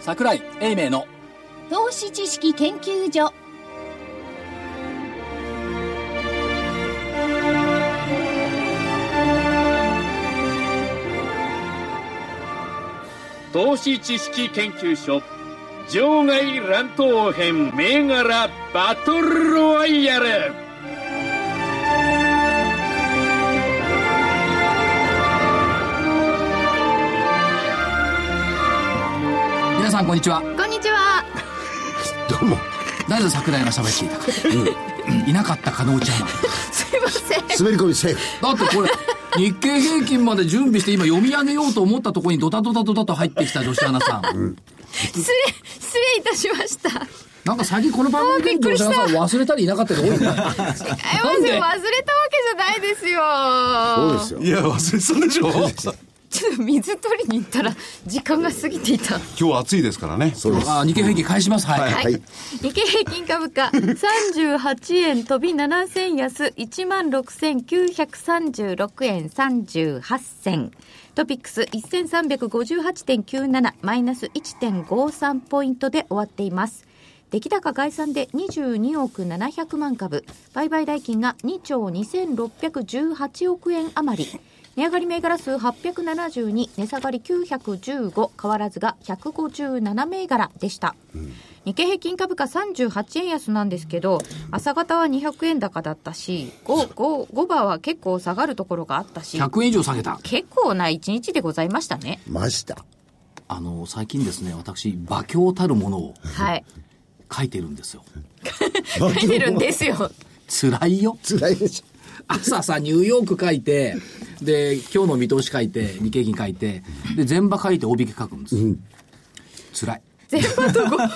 桜井英明の投資知識研究所投資知識研究所場外乱闘編銘柄バトルロワイヤル皆さんこんにちはこんにちはどうも。誰だ桜井が喋っていたか、いなかった加納ちゃんすいません滑り込みセーフ。だってこれ、日経平均まで準備して今読み上げようと思ったところにドタドタドタと入ってきた女子アナさん。失礼失礼いたしましたなんか最近この番組で女子アナさん忘れたりいなかったり多いんだよ。え忘れたわけじゃないですよそうですよ。いや、忘れてたでしょちょっと水取りに行ったら時間が過ぎていた 今日暑いですからね。そうです。あ日経平均返します。はい。はい、日経平均株価38円飛び7千安1万6936円38銭トピックス1358.97マイナス1.53ポイントで終わっています出来高概算で22億700万株売買代金が2兆2618億円余り値上がり銘柄数872値下がり915変わらずが157銘柄でした、日経平均株価38円安なんですけど朝方は200円高だったし 5, 5, 5番は結構下がるところがあったし100円以上下げた。結構な一日でございました ねました。あの、最近ですね、私、馬鏡たるものをはい書いてるんですよ。書いてるんで すよ辛いよ。辛いでし朝さ、ニューヨーク書いて、で、今日の見通し書いて、日経平均書いて、で、全場書いて大引き書くんです。辛い。全部とご大引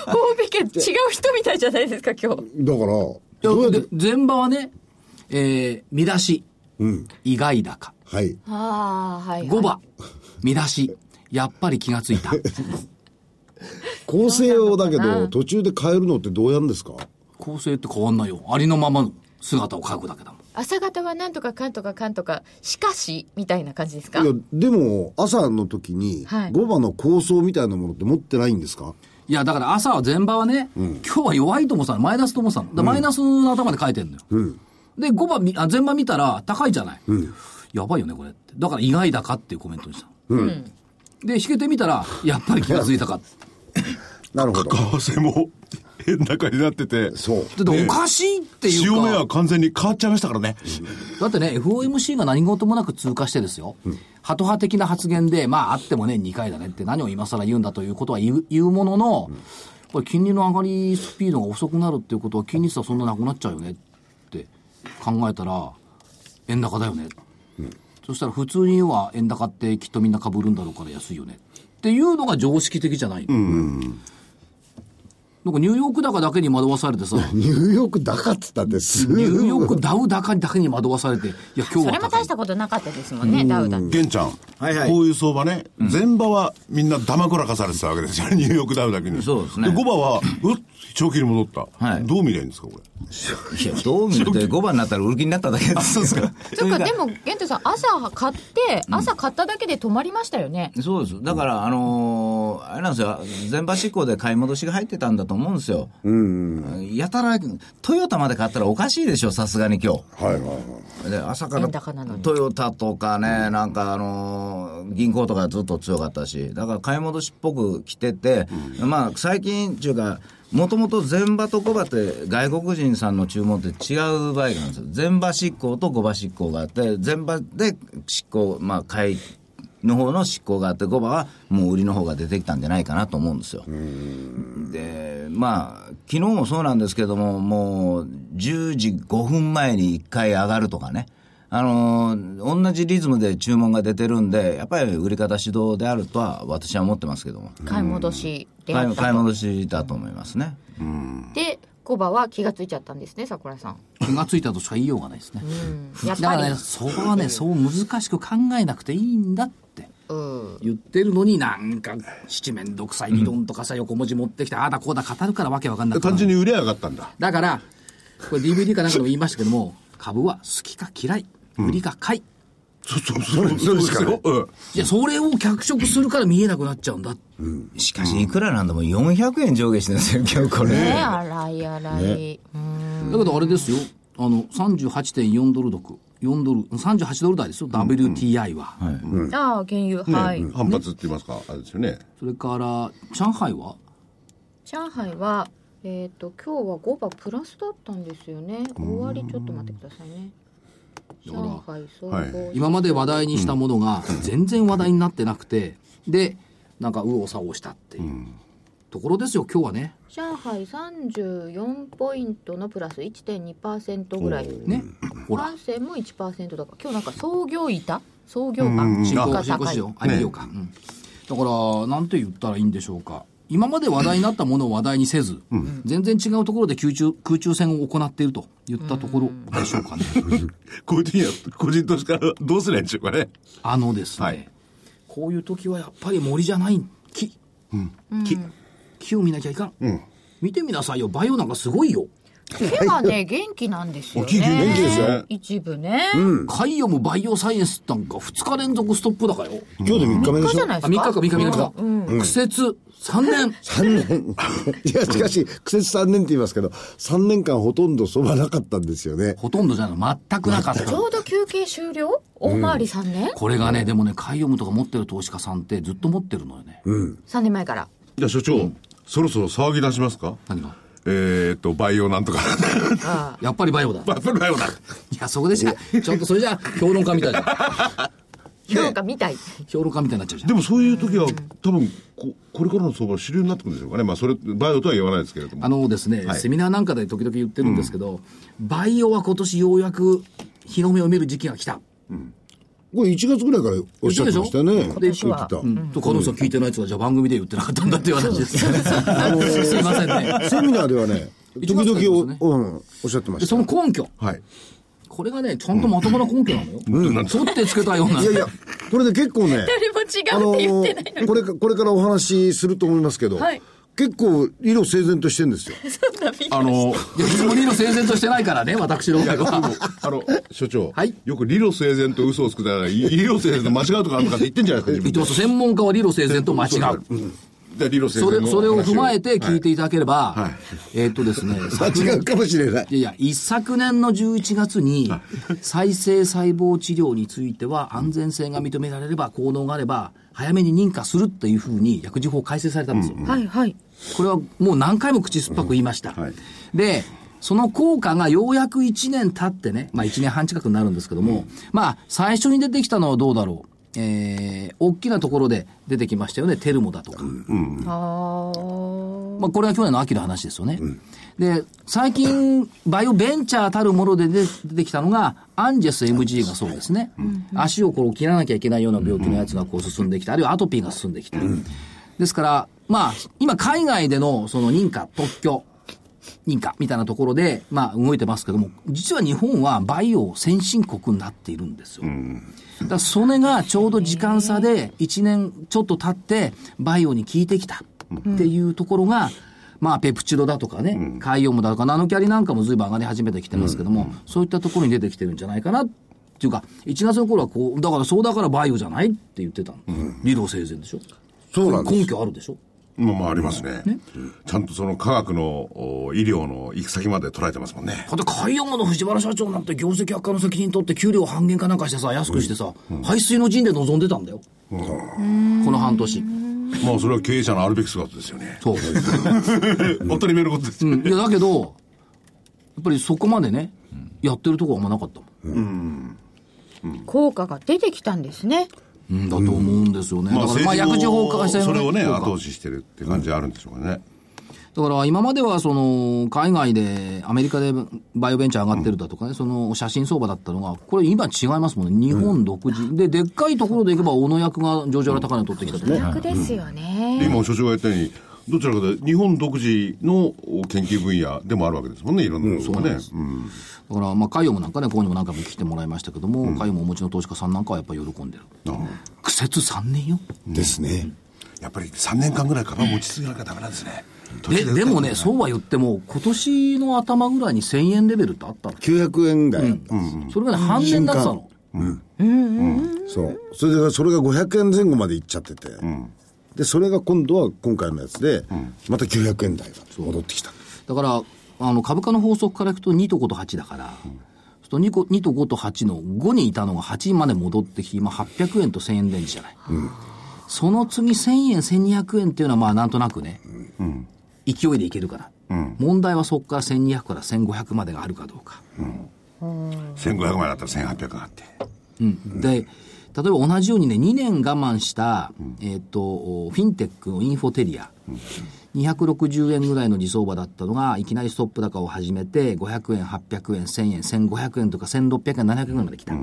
け違う人みたいじゃないですか今日ょ。だかいら、やどうやっでて、前場はね、えー、見出し、うん。意外高。はい。ああはい5番、見出し、やっぱり気がつ いた。構成をだけそうなのかど、な途中で変えるのってどうやるんですか構成って変わんないよ。ありのままの姿を描くだけだもん。朝方はなんとかかんとかかんとかしかしみたいな感じですかいや、でも、朝の時に、はい5番の構想みたいなものって持ってないんですかいや、だから朝は前場はね、今日は弱いと思ってたの、マイナスと思ってたの。だからマイナスの頭で書いてんのよ。うん。で、5番み、あ、前場見たら高いじゃない。やばいよね、これって。だから意外だかっていうコメントにしたの。で、引けてみたら、やっぱり気がついたか。なるほ為ど。替も円高になってて、そう。だっておかしいっていうか。潮目は完全に変わっちゃいましたからね。だってね、FOMC が何事もなく通過してですよ、ハト派的な発言で、まあ、あってもね、2回だねって、何を今更言うんだということは言う言うものの、やっぱり金利の上がりスピードが遅くなるっていうことは、金利差そんななくなっちゃうよねって考えたら、円高だよね、そしたら普通には円高ってきっとみんな被るんだろうから安いよねっていうのが常識的じゃないの。なんかニューヨーク高だけに惑わされてさ、ニューヨークだかっつったって、す ニューぐ。ヨークダウ高だけに惑わされて、いや、今日そはれも高い大したことなかったですもんねダウだって玄ちゃん、はいはいこういう相場ね、前場はみんなだまこらかされてたわけですよね、ニューヨークダウだけに。そうですね5番は、うっ、長期に戻った。はいどう見りゃいいんですか、これ。いや、どう見ると5番になったら売る気になっただけですよ。そとういかうかでも玄太さん朝買って朝買っただけで止まりましたよね、そうです。だから、あのーあれなんですよ、全場執行で買い戻しが入ってたんだと思うんですよ。やたら、トヨタまで買ったらおかしいでしょ、さすがに今日。はいはいはい。で朝円か高なのらにトヨタとかね、なんかあのー銀行とかずっと強かったし、だから買い戻しっぽく来てて、まあ最近っていうか、もともと前場と5場って外国人さんの注文って違う場合があるんですよ。前場執行と5場執行があって、前場で執行、まあ買いの方の執行があって、5場はもう売りの方が出てきたんじゃないかなと思うんですよ。で、まあ、昨日もそうなんですけども、もう10時5分前に1回上がるとかね。あのー同じリズムで注文が出てるんで、やっぱり売り方指導であるとは私は思ってますけども。買い戻しであ買っい買たいと戻しだと思いますね。でコバは気がついちゃったんですね桜井さん、気がついたとしか言いようがないですね。やっだかぱりらね、そこはね、そう難しく考えなくていいんだってうん言ってるのに、なんか、七面倒くさい理論とかさ、横文字持ってきて、ああだこうだ語るからわけわかんなくな単る純に売り上がったんだ。だから、これ DVD かなんかでも言いましたけども、株は好きか嫌い、売りか買い、そうそうそう。そうですよ。うんいや、それを脚色するから見えなくなっちゃうんだ。しかし、いくらなんでも400円上下してるんですよ、今日これ。ね、荒い荒い。うんだけどあれですよ、あの、38.4ドル得。4ドル、38ドル台ですよ、WTI は。ああ、原油、はい。ね反発って言いますか、あれですよね。それから、上海は上海は、えっ、と、今日は5番プラスだったんですよね。終わり、ちょっと待ってくださいね。上海総合、はい今まで話題にしたものが全然話題になってなくて、で、なんか右往左往したっていうところですよ、今日はね。上海34ポイントのプラス1.2%ぐらい。ね。ほら関、西も1%だから、今日なんか創業板創業進板行が進行高しい。よう。あ、見ようか。うんだから、なんて言ったらいいんでしょうか。今まで話題になったものを話題にせず、全然違うところで空中空中戦を行っていると言ったところでしょうかね。個人や、個人投資家はどうすりゃいいんでしょうかね。あのですね、はいこういう時はやっぱり森じゃない木き木を見なきゃいかん、見てみなさいよバイオなんかすごいよ手がね、元気なんですよね。元気ですよ一部ね。海洋もバイオサイエンスなんか2日連続ストップだからよ今日で3日目でそうしじょゃないであすか。 3日か3日目が来た、苦節3年3年 いやしかし苦節3年って言いますけど3年間ほとんどそばなかったんですよねほとんどじゃない全くなかったちょうど休憩終了大回り3年、これがねでもね海洋とか持ってる投資家さんってずっと持ってるのよね、三 ?3 年前から。じゃあ所長、そろそろ騒ぎ出しますか何がえーっと、バイオなんとか。 あやっぱりバイオだバイオだ。いやそこでしかちょっとそれじゃ評論家みたいじゃんあ評価みたい。評論家みたいになっちゃうじゃんでもそういう時は、多分こ、これからの相場は主流になってくるんでしょうかね。まあ、それ、バイオとは言わないですけれども。あのですね、はいセミナーなんかで時々言ってるんですけど、バイオは今年ようやく日の目を見る時期が来た。これ1月ぐらいからおっしゃってましたよね言ってたでしょ言ってたと、加藤さん聞いてないやつは、じゃあ番組で言ってなかったんだっていう話です。すいません ね。セミナーではね1時々月お,、ですねうん、おっしゃってまで、しそたの根拠。はい。これがね、ちゃんとまともな根拠なのよ。取ってつけたような。いやいやこれで結構ねでも違あのーこれかこれからお話しすると思いますけど、はい結構理路整然としてるんですよあ の、いや、いつも理路整然としてないからね、私の方が。あの、所長。はいよく理路整然と嘘をつくだら、理路整然と間違うとかあるとかって言ってんじゃないで伊すか、自分で藤さん、専門家は理路整然と間違う。じゃあ理路整そ然れ、のそれを踏まえて話を聞いていただければい、えーっとですね、間違うかもしれないいやいや、一昨年の11月に、再生細胞治療については、安全性が認められれば、効能があれば、早めに認可するっていうふうに、薬事法改正されたんですよ。はいはい。これはもう何回も口酸っぱく言いました。はいで、その効果がようやく1年経ってね、まあ1年半近くになるんですけども、まあ最初に出てきたのはどうだろう。えー、大きなところで出てきましたよね、テルモだとか。あーまあ、これは去年の秋の話ですよね。で、最近、バイオベンチャーたるもので出て出てきたのが、アンジェス MG がそうですね。足をこう切らなきゃいけないような病気のやつがこう進んできた、あるいはアトピーが進んできた。ですから、まあ、今海外でのその認可、特許、認可みたいなところで、まあ動いてますけども、実は日本はバイオ先進国になっているんですよ。だからそれがちょうど時間差で1年ちょっと経ってバイオに効いてきたっていうところが、まあペプチドだとかね、海洋もだとかナノキャリなんかも随分上がり始めてきてますけども、そういったところに出てきてるんじゃないかなっていうか、1月の頃はこう、だからそうだからバイオじゃないって言ってたの。理路整然でしょ。そうなんです根拠あるでしょ。まあまあありますね。ちゃんとその科学のお医療の行く先まで捉えてますもんね。だって海洋の藤原社長なんて業績悪化の責任取って給料半減かなんかしてさ、安くしてさ、排水の陣で臨んでたんだよ。この半年。まあそれは経営者のあるべき姿ですよ ね。そう。本当に見えることですよね。いや、だけど、やっぱりそこまでね、やってるとこはあんまなかったもん。効果が出てきたんですね。うん、だと思うんですよね。だから、まあ、薬事法化がしたそれをね、効果後押ししてるって感じあるんでしょうかね。だから今まではその海外で、アメリカでバイオベンチャー上がってるだとかね、その写真相場だったのが、これ、今違いますもんね、日本独自、ででっかいところでいけば、小野役が上場原高値を取ってきたとか、楽ですよでね。今、所長が言ったように、どちらかというと日本独自の研究分野でもあるわけですもんね、いろんなものがね。うんだから、まあ、海洋もなんかね、ここにも何回も来てもらいましたけども、海洋もお持ちの投資家さんなんかはやっぱり喜んでる。苦節3年よ。ですねやっぱり3年間ぐらい株を持ち続けなきゃダメなんですね。で、でもね、そうは言っても、今年の頭ぐらいに1000円レベルってあったの。 900円台、それがね、半年だったの。そう。それで、それが500円前後までいっちゃってて。で、それが今度は今回のやつで、また900円台が戻ってきた。だから、あの、株価の法則からいくと2と5と8だから、そうすると 2, 個2と5と8の5にいたのが8まで戻ってきて、今800円と1000円レンジじゃない。その次1000円、1200円っていうのはまあなんとなくね、勢いでいけるから。問題はそこから1200から1500までがあるかどうか。 1500枚だったら1800があって。うん、で、例えば同じようにね、2年我慢した、えっ、と、フィンテックのインフォテリア。260円ぐらいの利相場だったのが、いきなりストップ高を始めて、500円、800円、1000円、1500円とか1600円、700円まで来た。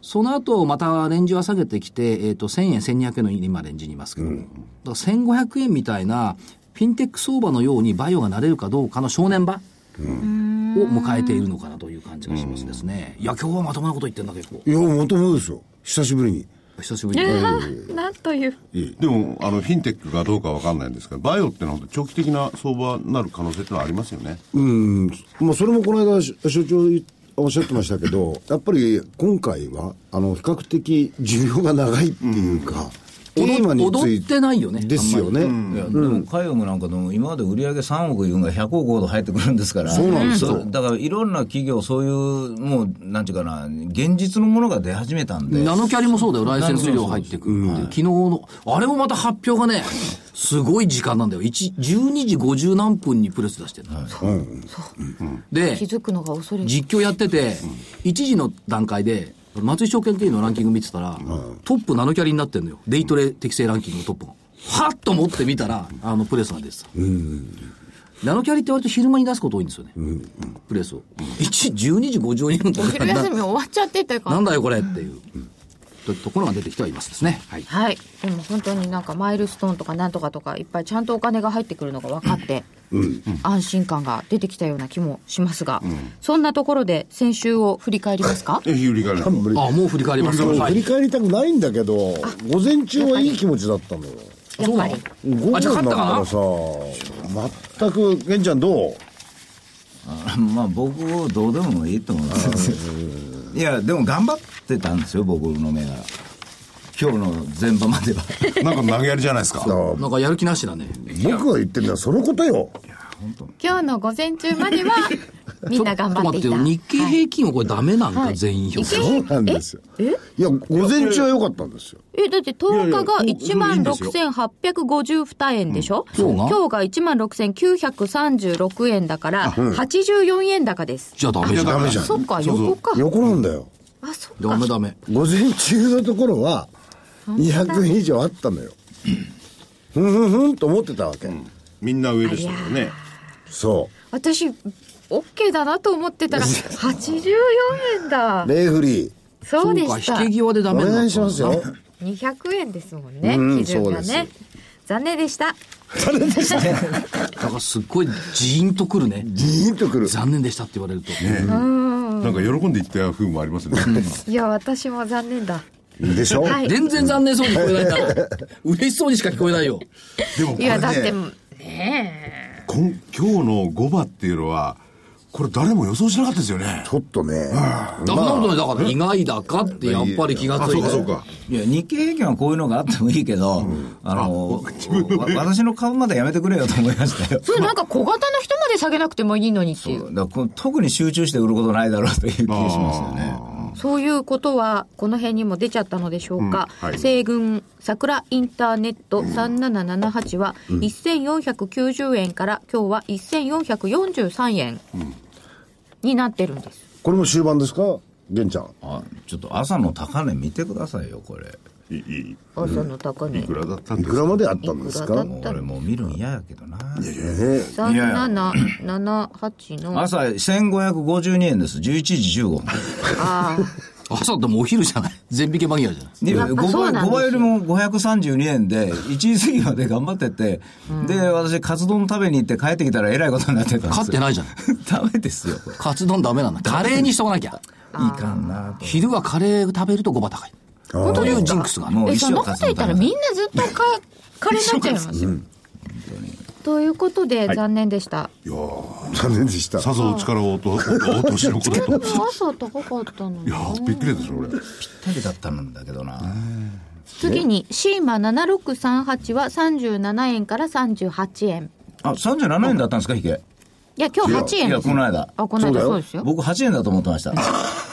その後、またレンジは下げてきて、えっ、と、1000円、1200円の今レンジにいますけども。だから1500円みたいな、フィンテック相場のようにバイオがなれるかどうかの正念場を迎えているのかなという感じがしますですね。いや、今日はまともなこと言ってんだ、結構。いや、もともですよ。久しぶりに。久しぶりに。なんという。でも、あの、フィンテックがどうかわかんないんですけど、バイオってのは本当長期的な相場になる可能性ってのはありますよね。うん、まあ、それもこの間、し所長いおっしゃってましたけど、 やっぱり今回は、あの、比較的寿命が長いっていうか、うんテーマにつ踊い踊ってないよねですよね。いやでも海運なんかでも今まで売り上げ3億いうんが100億ほど入ってくるんですからそうなんですよそれだからいろんな企業そういうもうなんていうかな現実のものが出始めたんでナノキャリもそうだよ、ライセンス料入ってくるっていう昨日の、あれもまた発表がね、すごい時間なんだよ。一12時50何分にプレス出してるの、で気、づくのが恐れ。実況やってて、1時の段階で、松井証券経営のランキング見てたら、トップナノキャリになってんのよ。デイトレ適正ランキングのトップが。はっと思って見たら、あの、プレスが出てた。ナノキャリって割と昼間に出すこと多いんですよね。プレスを。1、12時52分とおか昼 な休み終わっちゃってたからなんだよこれっていう、とところが出てきてはいますですね。はい。はい、でも本当になんかマイルストーンとかなんとかとかいっぱいちゃんとお金が入ってくるのが分かって、安心感が出てきたような気もしますが、そんなところで先週を振り返りますかえ、売り返り。無理あ、もう振り返りますか。は振りい。返りたくないんだけど、午前中はいい気持ちだったのよ。やっぱり午後あじゃあ勝だかったからなさ、全く、玄ちゃんどう まあ僕をどうでもいいと思うんですよいやでも頑張ってたんですよ僕の目が今日の前場まで はなんか投げやりじゃないですか。なんかやる気なしだね。僕が言ってるのはそのことよ。今日の午前中まではみんな頑張っていちょっと待ってよた日経平均はこれダメなんはかい全員表。はいそうなんですよ。いや、午前中は良かったんですよ。えだって10日がいやいや1万6852円でしょ、そうな今日が1万6936円だから84円高です、じゃあダメじゃダん。メじゃん。そっか横か横なんだよ。あそっかダメダメ。午前中のところは200円以上あったのよふんふんふんと思ってたわけ、みんな上でしたけどね。そ私 OK だなと思ってた ら84円だうレフリーそうでか、した引け際でダおメになった願いしますよ200円ですもんねうん基準がそうねで残念でしただからすっごいジーンとくるね。ジーンとくる残念でしたって言われると。なんか喜んでいった風もありますね。いや私も残念だでしょ、はい全然残念そうに聞こえないんだろ。嬉しそうにしか聞こえないよ。でもこいれやだってね、こん今日の5番っていうのは、これ誰も予想しなかったですよね。ちょっとねだからそんなことない。だから意外だかってやっぱり気がついて。あそうかいや日経平均はこういうのがあってもいいけど、あのわ私の顔までやめてくれよと思いましたよ それなんか小型の人まで下げなくてもいいのにってそいううだからこう特に集中して売ることないだろうという気がしますよね。そういうことはこの辺にも出ちゃったのでしょうか、うんはい西軍桜インターネット3778は1490円から今日は1443円になってるんですこれも終盤ですか玄ちゃんあちょっと朝の高値見てくださいよこれいい、朝の高値いくらだったんいでくすらかまであったんですかもう俺もう見るん嫌やけどな3778の朝1552円です11時15分あー朝でもお昼じゃない。全引け間際じゃない。でやっぱ5倍そうなんですよ5倍よりも532円で1時過ぎまで頑張ってて、で私カツ丼食べに行って帰ってきたらえらいことになってたんですよ勝ってないじゃん。 ダメですよこれカツ丼ダメなんだ。カレーにしとかなきゃ。いかんなと昼はカレー食べると5番高い。というジンクスがあるもうえ一そ生のカこツと言丼ったら食べみんないなずっとかカレーになっちゃいますよということで、はい残念でした。いやー残念でした。さぞ力を落と落としのこと だと。朝高かったのいやーびっくりですよ、俺。テレだったんだけどな。次にシーマ7638は37円から38円あ、37円だったんですか、ヒゲ。いや今日8円いや、ですこの間。あこの間そうだよそうですよ僕8円だと思ってました。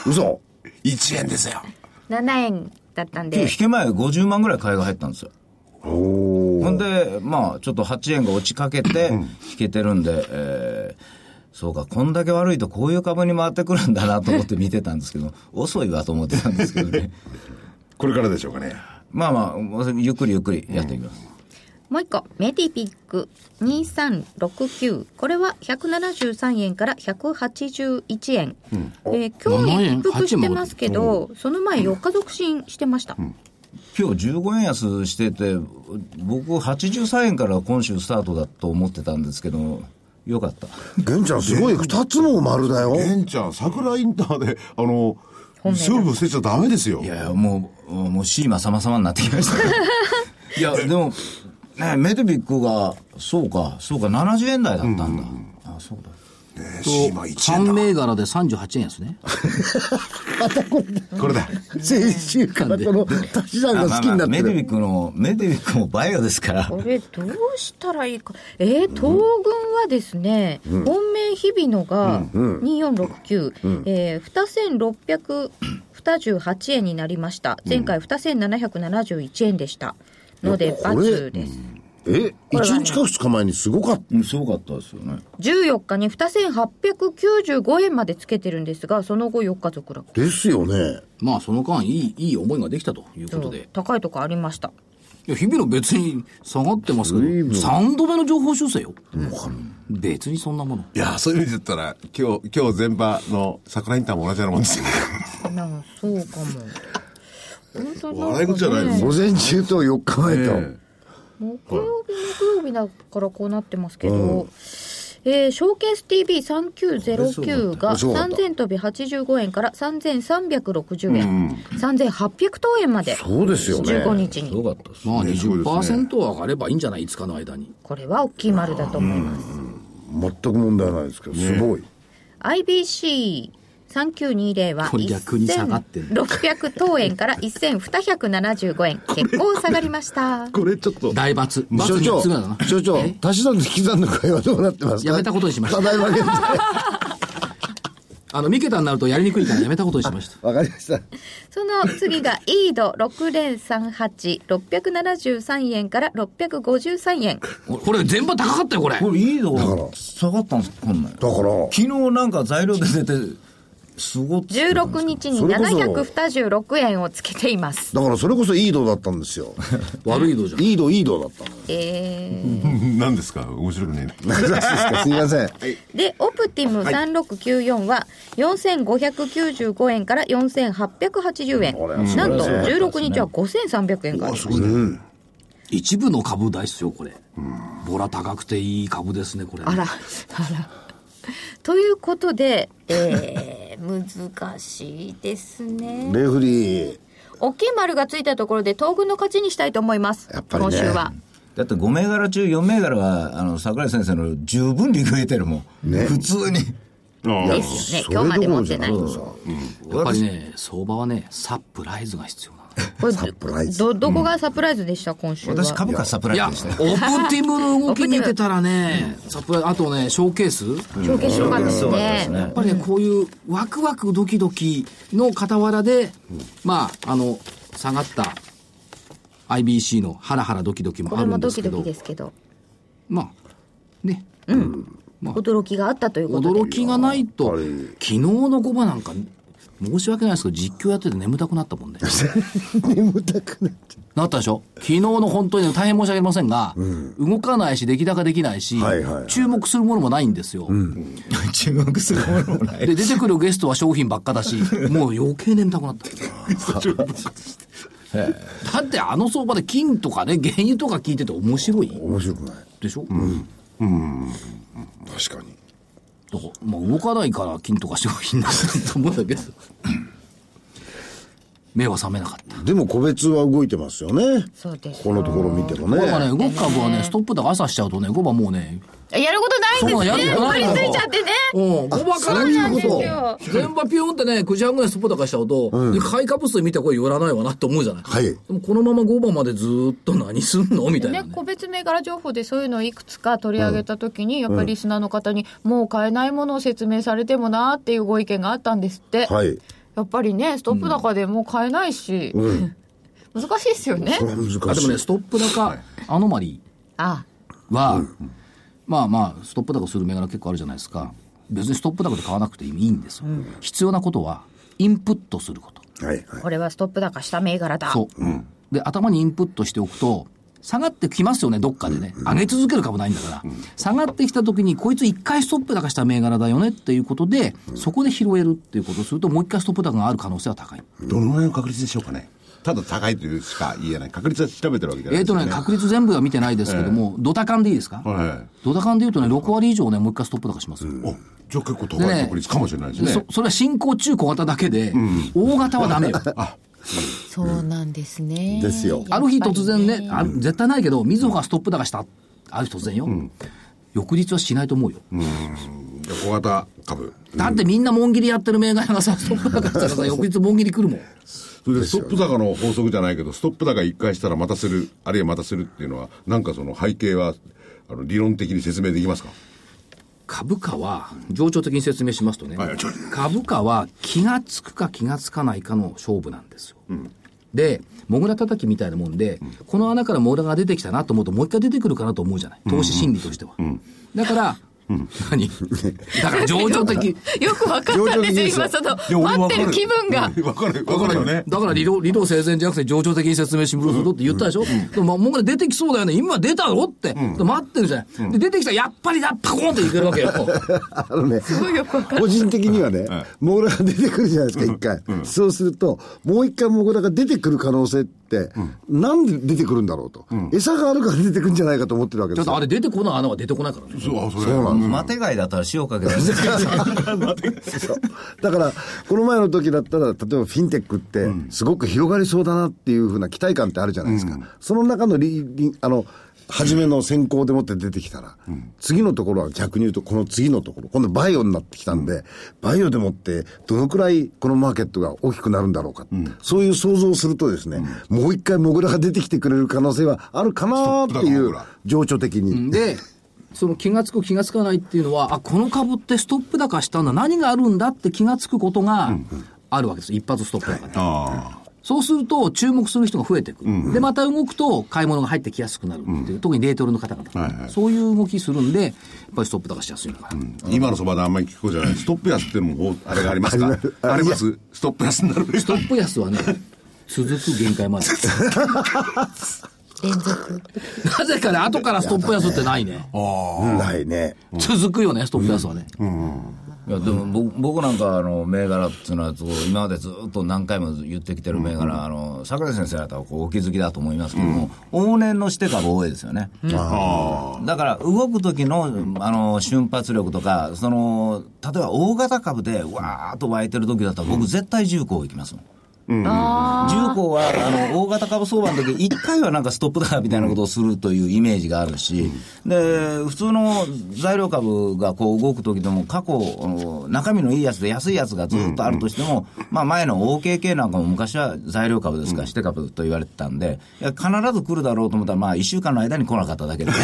嘘1円ですよ。 7円だったん今で日引け前50万ぐらい買いが入ったんですよ。ほんで、まあ、ちょっと8円が落ちかけて、引けてるんで、えーそうか、こんだけ悪いとこういう株に回ってくるんだなと思って見てたんですけど、 遅いわと思ってたんですけどね。これからでしょうかね。まあまあ、ゆっくりゆっくりやっていきます。もう一個メディピック2369これは173円から181円、えー今7日円一服してますけどその前4日続進してました、今日15円安してて、僕83円から今週スタートだと思ってたんですけど、よかった。玄ちゃんすごい、二つも丸だよ。玄ちゃん、桜インターで、あの、勝負捨てちゃダメですよ。いやいや、もう、もうシーマ様々になってきました。いや、でも、ね、メデビックが、そうか、そうか、70円台だったんだ。あ、そうだ。島1円3だ。銘柄で38円ですね。こ れだ。先週からこの足し算が好きになあああってメデビる。ックの、メデビックもバイオですから。これどうしたらいいかえー、東軍はですね、本命日比野が2469、えー、2628円になりました前回2771円でしたのでこれ×ですえ一日か二日前にすごかった。うんすごかったですよね。 14日に2895円までつけてるんですがその後4日続落ですよね。まあその間いい、いい思いができたということで。高いとこありましたいや、日々の別に下がってますけど、3度目の情報修正よ。別にそんなもの。いや、そういう意味で言ったら、今日、今日全場の桜インターも同じようなもんですよ。なんかそうかも本当なんかね笑い事じゃないです午前中と4日前と。木曜日、木曜日だからこうなってますけど、えーショーケース TV3909 がそうだった3000飛び85円から3360円、3800等円までそうですよね15日に、すごかったです。まあねすごいですね20%上がればいいんじゃない ?5 日の間に。これは大きい丸だと思います、全く問題ないですけど、すごい。 IBC3920 はこれ逆に下がってんの1600等円から1275円結構下がりましたこれちょっと。大罰。罰所3長つ目だな、。所長、足し算と引き算の会話どうなってますかやめたことにしましたただいま現在。あの、三桁になるとやりにくいからやめたことにしま した。わかりました。その次がイード6038、673円から653円。おこれ全部高かったよ、これ。これ、いいとだかこら下がったんですか、こんなん。だから、昨日なんか材料で出て、すごっつってたんです16よ日にそれこそ726円をつけています。だからそれこそイードだったんで すよ。悪い度じゃん。イード、イードだったのよ。え何ですか面白くねえな。何です かすいません。ー、で、オプティム3694は4595円から4880円。なんと16日は5300円から。一部の株大っすよ、これ。ボラ高くていい株ですね、これ。あら、あら。ということで、えー、難しいですね。レフリー。大きい丸がついたところで東軍の勝ちにしたいと思います。やっぱりね今週は。だって5銘柄中4銘柄は、あの、桜井先生の十分利食えてるもん。ね普通に。ですよね。今日まで持ってない。それどころじゃやっぱりね、相場はね、サプライズが必要なの。これプライズど、どこがサプライズでした、今週は。私株価サプラいイや、ズオでしプたよ。ティムの動き見てたらね、サプライあとね、ショーケース、証券所がですそうなんでねす。やっぱりね、こういうワクワクドキドキの傍らで、まあ、あの、下がった IBC のハラハラドキドキもこあれるもんでドすキけドキど、ですけど、まあ、ね、驚きがあったということで。驚きがないと、昨日の5番なんか、申し訳ないですけど、実況やってて眠たくなったもんね。 眠たくなっちゃなったでしょ昨日の本当に大変申し訳ありませんが、動かないし、出来高できないし、はいはいはい。注目するものもないんですよ。注目するものもない。で、出てくるゲストは商品ばっか だし、もう余計眠たく なった。だってあの相場で金とかね、原油とか聞いてて面白いう面白くない。でしょ、うん、確かに。だからまあ動かないから金とか商品なんだと思うんだけど。 目は覚めなかった。でも個別は動いてますよね。そうですこのところ見てもね。これがね、動く株はね、ストップ高朝しちゃうとね、5番もうね、やることそうなないんやんでするこねとこないれのついちゃってねうん、5番からそういうこと。今日全場ピューンってね、9時半ぐらいスポット化しちゃうと、で、買い株数見てこれ寄らないわなって思うじゃない。はいでもこのまま5番までずーっと何すんのみたいなね、ね。個別銘柄情報でそういうのをいくつか取り上げたときに、やっぱりリスナーの方に、もう買えないものを説明されてもなーっていうご意見があったんですって、はい。やっぱりね、ストップ高でもう買えないし、難しいですよねこ。れは難しい。あでもね、ストップ高、アノマリあーは、まあまあ、ストップ高する銘柄結構あるじゃないですか。別にストップ高で買わなくていいんですよ。必要なことは、インプットすること。はいはい。これはストップ高した銘柄だ。そう、で頭にインプットしておくと下がってきますよねどっかでね、上げ続ける株ないんだから、下がってきた時にこいつ一回ストップ高した銘柄だよねっていうことで、そこで拾えるっていうことをするともう一回ストップ高がある可能性は高い、どのぐらいの確率でしょうかね。ただ高いというしか言えない。確率は調べてるわけじゃなえいっ、ですとよね確率全部は見てないですけども、ドタカンでいいですか、はドタカンで言うとね6割以上ねもう一回ストップ高しますよ、い。お、じゃあ結構高い確率かもしれないですでそね。それは新興中小型だけで、大型はダメよ そうなんですね。ですよある日突然ね、あ絶対ないけどみずほがストップ高したある日突然よ、翌日はしないと思うよ、じゃあ小型株。だってみんなもん切りやってる銘柄がさ、ストップ高したら さ、翌日もん切り来るもん。それでストップ高の法則じゃないけど、ストップ高一回したらまたする、あるいはまたするっていうのは、なんかその背景は、あの理論的に説明できますか株価は、情緒的に説明しますとね、はいちょ株価は気がつくか気がつかないかの勝負なんですよ。で、もぐら叩きみたいなもんで、この穴からもぐらが出てきたなと思うと、もう一回出てくるかなと思うじゃない。投資心理としては。だから、何だから情緒 的。よくわかったんですよ、今その、待ってる気分が。わかる、わかるよね。だから理論、理論整然じゃなくて、情緒的に説明しろって言ったでしょ、でも、もうこれ出てきそうだよね。今出たろって。で待ってるじゃない、で、出てきたら、やっぱりだパコーンっていけるわけ よ。あのね、個人的にはね、モグラが出てくるじゃないですか、一回。そうすると、もう一回モグラが出てくる可能性って、なんで出てくるんだろうと。餌があるから出てくるんじゃないかと思ってるわちけでょっすとあよ。れ出てこない穴は出てこないからね。そう、あそれは。マテ貝だったら塩かけたりしてだから、この前の時だったら、例えばフィンテックって、すごく広がりそうだなっていうふうな期待感ってあるじゃないですか。その中のリリ、あの、初めの先行でもって出てきたら、次のところは逆に言うと、この次のところ、今度バイオになってきたんで、バイオでもって、どのくらいこのマーケットが大きくなるんだろうか、そういう想像をするとですね、もう一回モグラが出てきてくれる可能性はあるかなっていストップうだモグラ、情緒的に。で、その気がつく気がつかないっていうのは、あ、この株ってストップ高したんだ。何があるんだって気がつくことがあるわけです。一発ストップ高で。あそうすると、注目する人が増えてくる。で、また動くと、買い物が入ってきやすくなるっていう、特にレートルの方々、はいはいそういう動きするんで、やっぱりストップ高しやすいのかな。あ。今のそばであんまり聞くことじゃない。ストップ安っていうのも、あれがありますかありますストップ安になる。ストップ安はね、続く限界ま で。連続。なぜかね、後からストップ安ってないね。ないね。続くよね、ストップ安はね。いやでも僕僕なんかあの銘柄っていうのはこう今までずっと何回も言ってきてる銘柄、あの桜井先生だったらこうお気づきだと思いますけども、往年のして株多いですよね、だから動く時のあの瞬発力とかその例えば大型株でわーっと湧いてる時だったら僕絶対重工行きますもん重工はあの大型株相場の時一回はなんかストップだみたいなことをするというイメージがあるし、で普通の材料株がこう動く時でも、過去、あの中身のいいやつで安いやつがずっとあるとしても、まあ、前の OKK なんかも昔は材料株ですか、して株と言われてたんで、いや必ず来るだろうと思ったら、まあ、1週間の間に来なかっただけでね。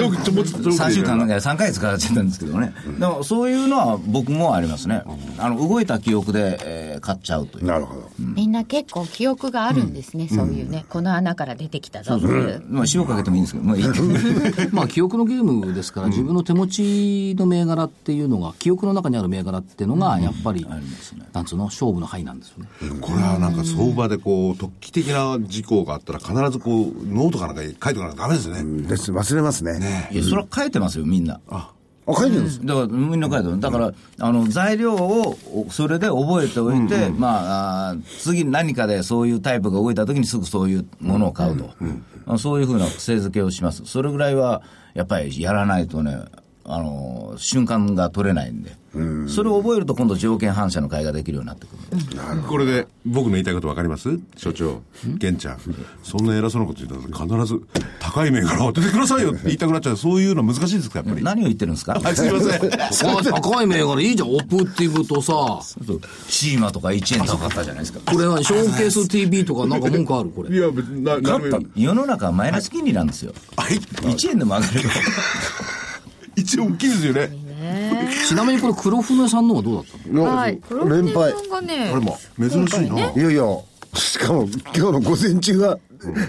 よくちょこちょこ3週間、いや3ヶ月かかっちゃったんですけどね、でもそういうのは僕もありますね、あの動いた記憶で、えー買っちゃうという。なるほど。みんな結構記憶があるんですね、そういうね、この穴から出てきたぞっていう。まあ、塩かけてもいいんですけど、もういいって まあ、記憶のゲームですから、自分の手持ちの銘柄っていうのが、記憶の中にある銘柄っていうのが、やっぱり、なんつうの、勝負の範囲なんですよね。これはなんか相場でこう、突起的な事項があったら必ずこう、ノートかなんかに書いておかなきゃダメですね。です忘れますね。いやそれは書いてますよ、みんな。あ、書いてるんですだから、みんな書いてます。だから、あの、材料を、それで覚えておいて、まああー、次何かでそういうタイプが動いた時にすぐそういうものを買うと。そういうふうな癖づけをします。それぐらいは、やっぱりやらないとね、あの瞬間が取れないんで、それを覚えると今度条件反射の買いができるようになってくる。これで僕の言いたいこと分かります所長、玄ちゃん。そんな偉そうなこと言ったら必ず高い銘柄を当ててくださいよって言いたくなっちゃう。そういうの難しいですか、やっぱり。何を言ってるんですかはい、すいません。高い高い銘柄いいじゃん、オプティブとさ、シーマとか1円高かったじゃないですか。これはショーケース TV とかなんか文句あるこれ。いや、別にな、な勝った世の中はマイナス金利なんですよ。はい。 1円でも上がるよ。一応大きいですよね。ちなみにこれ黒船さんのはどうだったのはい。黒船連敗さんがねこれ、も、珍しいな。いやいや、しかも今日の午前中は、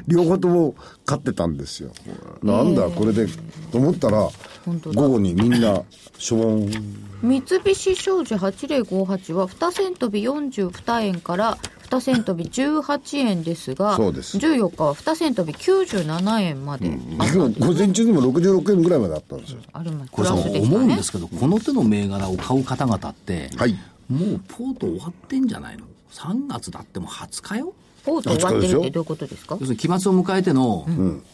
両方とも勝ってたんですよ。なんだ、これで、と思ったら、午後にみんな、しょぼん。三菱商事8058は2銭飛び42円から2銭飛び18円ですが、そうです14日は2銭飛び97円まであったんです午前中でも66円ぐらいまであったんですよ。あります。これプさ、ラスでし思たうんねで。すけど、この手の銘柄を買う方々って、はい。もうポート終わってんじゃないの ?3 月だってもう20日よポート終わってるってどういうことですか要するに期末を迎えての、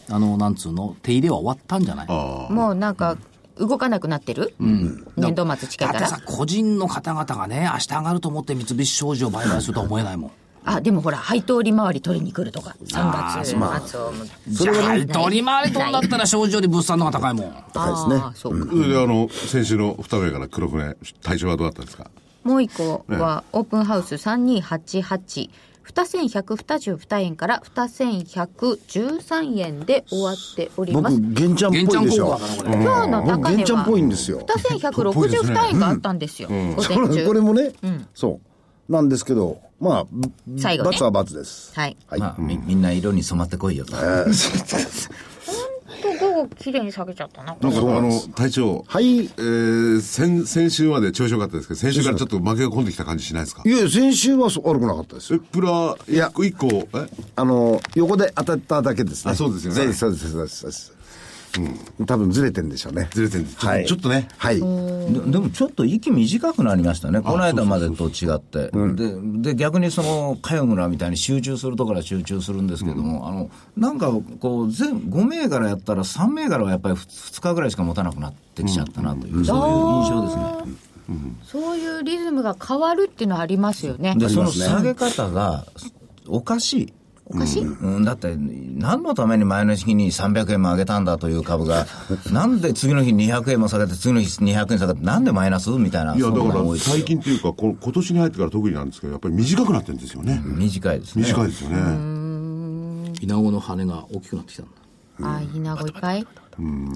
あの、なんつうの、手入れは終わったんじゃないもうなんか、動かなくなってる、年度末近いだっかてさら。、個人の方々がね、明日上がると思って三菱商事を売買するとは思えないもん。あ、でもほら、配当利回り取りに来るとか、3月末を。じゃあ、取り回りとんだったら商事より物産の方が高いもん。高いですねあーそうか。それで、あの、先週の二名から黒船、対象はどうだったんですかもう一個は、オープンハウス3288。2122円から2113円で終わっておりま僕す。、玄ちゃんっぽいでしょ玄ちゃん効果だなこ。れ今日の僕、高値玄ちゃんっぽいんはですよ。 2162円があったんですよ。午こ前れこれ中。もね、そう。なんですけど、まあ、最後ね罰は罰です。はい。はい。まあ、みみんな色に染まってこいよと。と午後綺麗に下げちゃったな。なんか、そうなあんでのす、隊長。はいえー、先、先週まで調子良かったですけど、先週からちょっと負けが込んできた感じしないですかいや、先週はそう悪くなかったですよえ、プラ、いや一個一個、えあの、横で当たっただけですね。あそうですよねそうです、そうです、そうです。うん。多分ずれてんでしょうね。ずれてるんで、ちょっとはいちょっとね。はい。ででもちょっと息短くなりましたね、この間までと違って、でで逆にそのかよむらみたいに集中するところは集中するんですけども、あのなんかこう全、5銘柄やったら、3銘柄はやっぱり2日ぐらいしか持たなくなってきちゃったなという、そういう印象ですね。そういうリズムが変わるっていうのはありますよね。で、その下げ方がおかしい。おかしい、うん、だって、何のために前の日に300円も上げたんだという株が、 なんで次の日200円も下げて、次の日200円下げて、なんでマイナスみたいな、いや、そんだなのかが多ら、いですよ最近っていうか、この今年に入ってから特になんですけど、やっぱり短くなってるんですよね。短いですね。短いですよね。イナゴの羽が大きくなってきたんだ。あーひなごいっぱい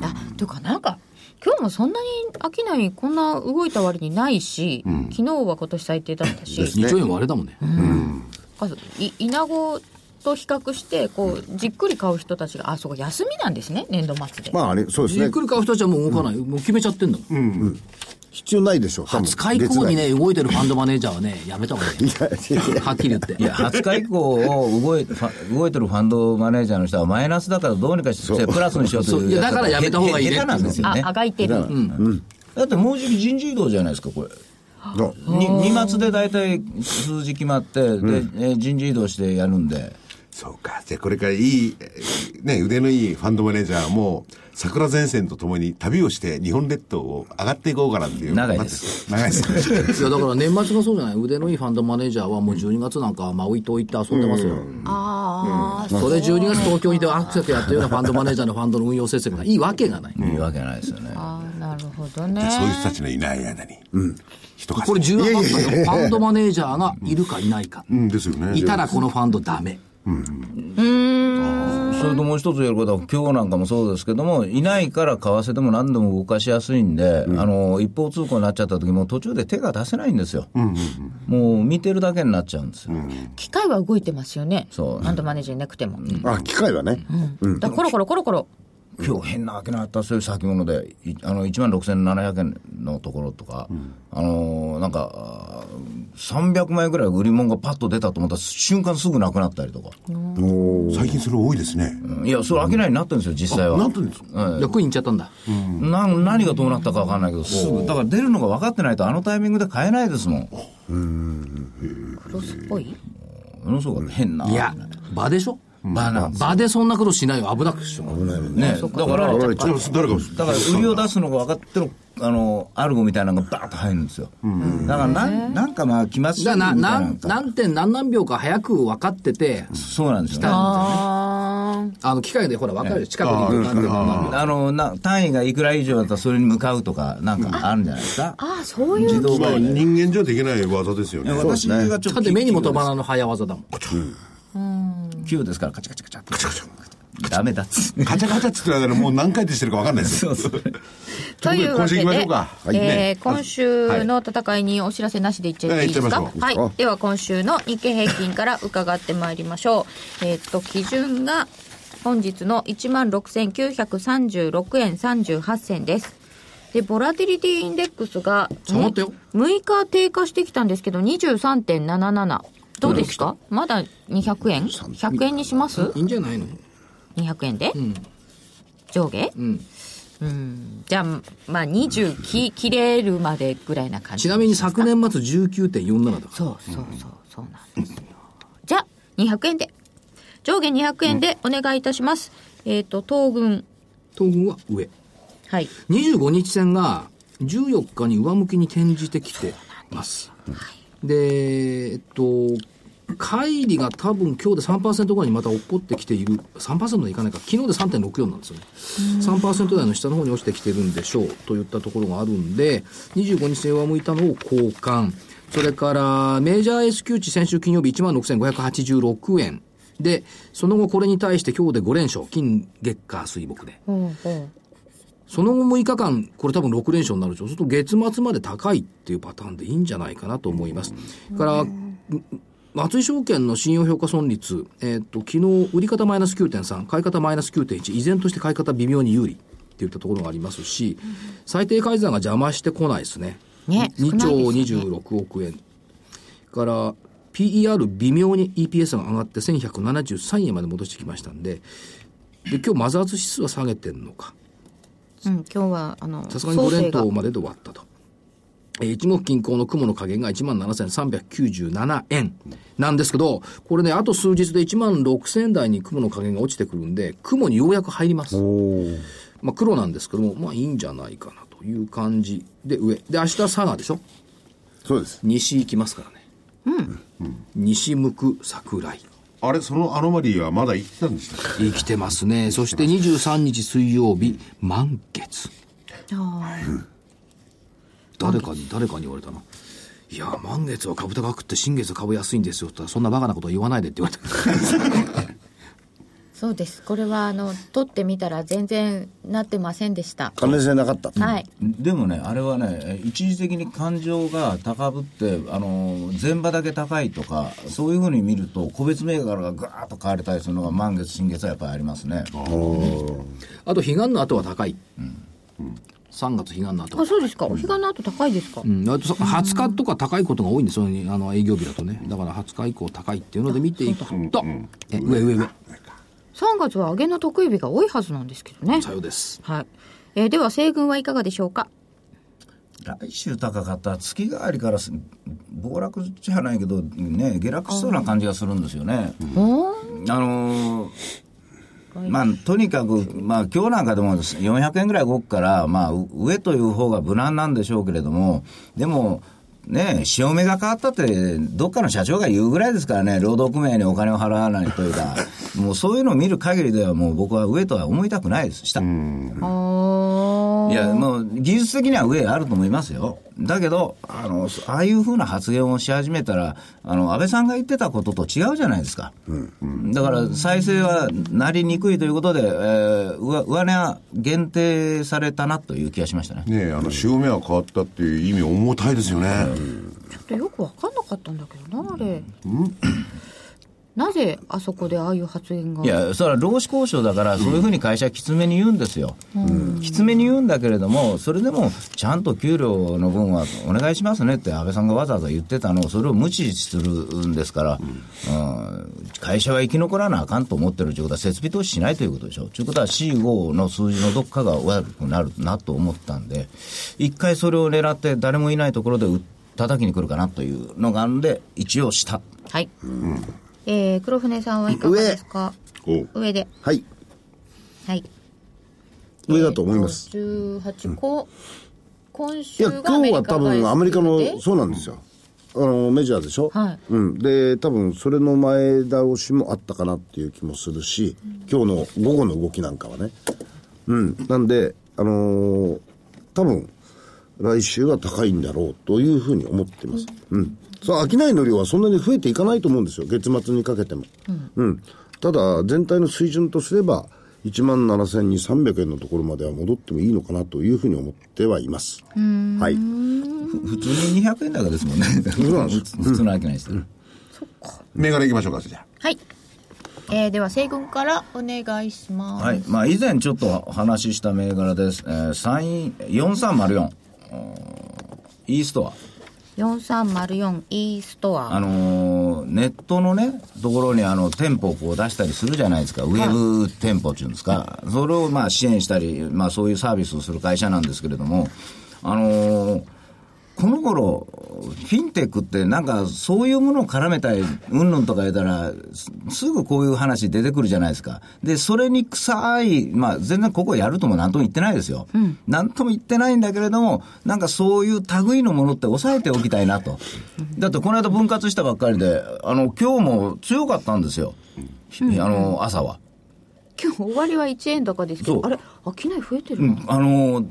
あというかなんか今日もそんなに商いこんな動いた割にないし、昨日は今年最低だったし、 2兆円割れだもんね。なんかいイナゴと比較してこうじっくり買う人たちがあそうか休みなんですね年度末で、まあ、あれ、そうですじっねく。り買う人たちはもう動かない。もう決めちゃってんだもん。必要ないでしょう。多分20日以降に。ね、動いてるファンドマネージャーはね、やめた方がいいよ。月内いやいやはっきり言って。いや、20日以降を動いファ動いてるファンドマネージャーの人は、マイナスだからどうにかして、プラスにしようとそいうう。いやだからやめた方がいいね下手なんですよあね。あがいてる、だってもうじき人事異動じゃないですか、これ。そう に2月で大体数字決まって、で、えー人事異動してやるんで。そうか。じゃあ、これからいい、えーね、腕のいいファンドマネージャーも、桜前線とともに旅をして、日本列島を上がっていこうかなっていう。長いです。長いです ね。いやだから年末がそうじゃない腕のいいファンドマネージャーはもう12月なんかマウイ島行って遊んでますよ、ああ、それ12月東京にいてアクセスやってるようなファンドマネージャーのファンドの運用成績がいいわけがない、いいわけないですよね。あーなるほどねそういう人たちのいない間に。うん。人が。これ重要なんですよファンドマネージャーがいるかいないか、うんですよね。いたらこのファンドダメそれともう一つ言えることは、今日なんかもそうですけども、いないから為替でも何でも動かしやすいんで、あの一方通行になっちゃった時も、途中で手が出せないんですよ、もう見てるだけになっちゃうんですよ、機械は動いてますよねそう何度マネージャーいなくても、あ、機械はね。だからコロコロコロコロ今日変な商いあったそういう先物で、いあの1万6700円のところとか、あのなんか、あー300枚ぐらい売り物がパッと出たと思ったら、瞬間すぐなくなったりとか、最近それ多いですね。うんいや、それ、商いになってるんですよ、実際は。なってるんですか役員行っちゃったんだ、な何がどうなったか分かんないけど、すぐ、だから出るのが分かってないと、あのタイミングで買えないですもん。クロスっぽいものすごく変な。いや場でしょ場なんですよ場でそんなことしないよ、危なくしよう。ね、だから、だ取らかれちゃう誰か、ら売りを出すのが分かってる、あの、アルゴみたいなのがバーッと入るんですよ。だからなん、なんかまあ、期末じゃあみたな、いななのん、が何点何何秒か早く分かってて、そうなんですよね。あーあの、機械でほら分かるよ、近くにいる何点何秒。あのな単位がいくら以上だったらそれに向かうとかなんかあるんじゃないですか、あー、そういう。自動まあ売買人間じゃできない技ですよね。私がちょっだとって目にも飛ばないの早技だもん。 9ですからカチャカチャカチャカチャカチャダメだっつ カチャカチャっつってる間にもう何回ってしてるか分かんないです。そうそうというわけで、ちょっと今週行きましょうかはいえねー今週の戦いにお知らせなしでいっちゃっていいですか、はい行っちはゃいいましょうでは今週の日経平均から伺ってまいりましょう。 えーっと、基準が本日の16,936円38銭です。で、ボラティリティインデックスが、下がったよ6日低下してきたんですけど、23.77。どうですかまだ200円 ?100 円にしますいいんじゃないの200円で、上下うん、じゃあまあ20き切れるまでぐらいな感じちなみに昨年末19.47だかそうそうそうそうなんですよじゃあ200円で上下200円でお願いいたします、えっ、と東軍ら、東軍は上。はい25日線が14日に上向きに転じてきてます。で、えっと、乖離が多分今日で3%ぐらいにまた落っこってきている。3%でいかないか。昨日で3.64なんですよね。3%台の下の方に落ちてきてるんでしょう。といったところがあるんで、25日線上向いたのを交換。それから、メジャー S q 値先週金曜日16,586円。で、その後これに対して今日で5連勝。金、月、火、水、木で。その後6日間、これ多分6連勝になるでしょう。そうすると月末まで高いっていうパターンでいいんじゃないかなと思います。から、松井証券の信用評価損率、えーっと、昨日、売り方マイナス9.3、買い方マイナス9.1、依然として買い方微妙に有利っていったところがありますし、最低改ざんが邪魔してこないですね。ね2兆少ないですよね26億円。から PER 微妙に EPS が上がって1173円まで戻してきましたんで、で、今日マザーズ指数は下げてんのか。うん今日はあのさすがに5連が投までで終わったと。えー一目均衡の雲の加減が17,397円なんですけど、これね、あと数日で16,000台に雲の加減が落ちてくるんで、雲にようやく入ります。まあ黒なんですけども、まあいいんじゃないかなという感じで上。で、明日佐賀でしょそうです。西行きますからね。西向く桜井。あれ、そのアノマリーはまだ生きてたんでしたっ生きてますね。そして23日水曜日、満月。誰かに、誰かに言われたな。いや、満月は株高くって新月は株安いんですよって言ったら、そんなバカなこと言わないでって言われ た。そうですこれはあの取ってみたら全然なってませんでした、関連性なかった。はいでもねあれはね一時的に感情が高ぶってあの全場だけ高いとかそういうふうに見ると個別銘柄がガーッと買われたりするのが満月新月はやっぱりありますねあと、彼岸の後は高い。3月彼岸の後はあ。そうですかお彼岸の後高いですか、うん、あとそ20日とか高いことが多いんですよ、あの営業日だとね。だから20日以降高いっていうので見ていくと、え上上上、 3月は上げの得意日が多いはずなんですけどねさようです。はい。えーでは、西軍はいかがでしょうか来週高かったら月替わりからす暴落じゃないけどね下落しそうな感じがするんですよね、おあのーまあ、とにかく、まあ、今日なんかでも400円ぐらい動くから、まあ、う上という方が無難なんでしょうけれども、でも、ねえ、潮目が変わったって、どっかの社長が言うぐらいですからね、労働組合にお金を払わないというか、もうそういうのを見る限りでは、もう僕は上とは思いたくないです、下。いや、もう技術的には上あると思いますよ。だけど、あの、ああいうふうな発言をし始めたら、あの、安倍さんが言ってたことと違うじゃないですか。だから、再生はなりにくいということで、えー上上値は限定されたなという気がしましたね。けねえ、あの、潮目は変わったっていう意味重たいですよね。ちょっとよくわかんなかったんだけどな、あれ。なぜ、あそこでああいう発言が。いや、それは労使交渉だから、そういうふうに会社はきつめに言うんですよ、きつめに言うんだけれども、それでもちゃんと給料の分はお願いしますねって安倍さんがわざわざ言ってたのを、それを無視するんですから、うん会社は生き残らなあかんと思ってるということは、設備投資しないということでしょ。ということは C5 の数字のどっかが悪くなるなと思ったんで、一回それを狙って、誰もいないところでう叩きに来るかなというのがあるんで、一応した。はい。ええー、黒船さんはいかがですかおう上で。はい。はい。上だと思います。十八個。今い週や、が今日は多分アメリカでの、そうなんですよ。あの、メジャーでしょはいうん。で、多分それの前倒しもあったかなっていう気もするし、今日の午後の動きなんかはね。うん。なんで、あのー多分来週は高いんだろうというふうに思ってます。うん。さあ、商いの量はそんなに増えていかないと思うんですよ。月末にかけても。うん。ただ、全体の水準とすれば、1万7200円のところまでは戻ってもいいのかなというふうに思ってはいます。はい。普通に200円高ですもんね。うなんです普通の商いしてる。銘柄行きましょうか、じゃあ。はい。えー、では西軍からお願いします。はい。まあ、以前ちょっとお話しした銘柄です。えー、3、4304。おーイーストア。四三0四イーストあア。のーネットのね、ところにあの店舗をこう出したりするじゃないですか、ウェブ店舗っていうんですか、それをまあ支援したり、まあ、そういうサービスをする会社なんですけれども、あのーこの頃フィンテックって、なんかそういうものを絡めたい、うんぬんとか言ったら、すすぐこういう話出てくるじゃないですか、でそれに臭い、まあ、全然ここやるともなんとも言ってないですよ、なんとも言ってないんだけれども、なんかそういう類のものって抑えておきたいなと、だってこの間分割したばっかりで、あの今日も強かったんですよ、あの朝は。今日終わりは一円高ですけど、そうあれ商い増えてうるんな。あのー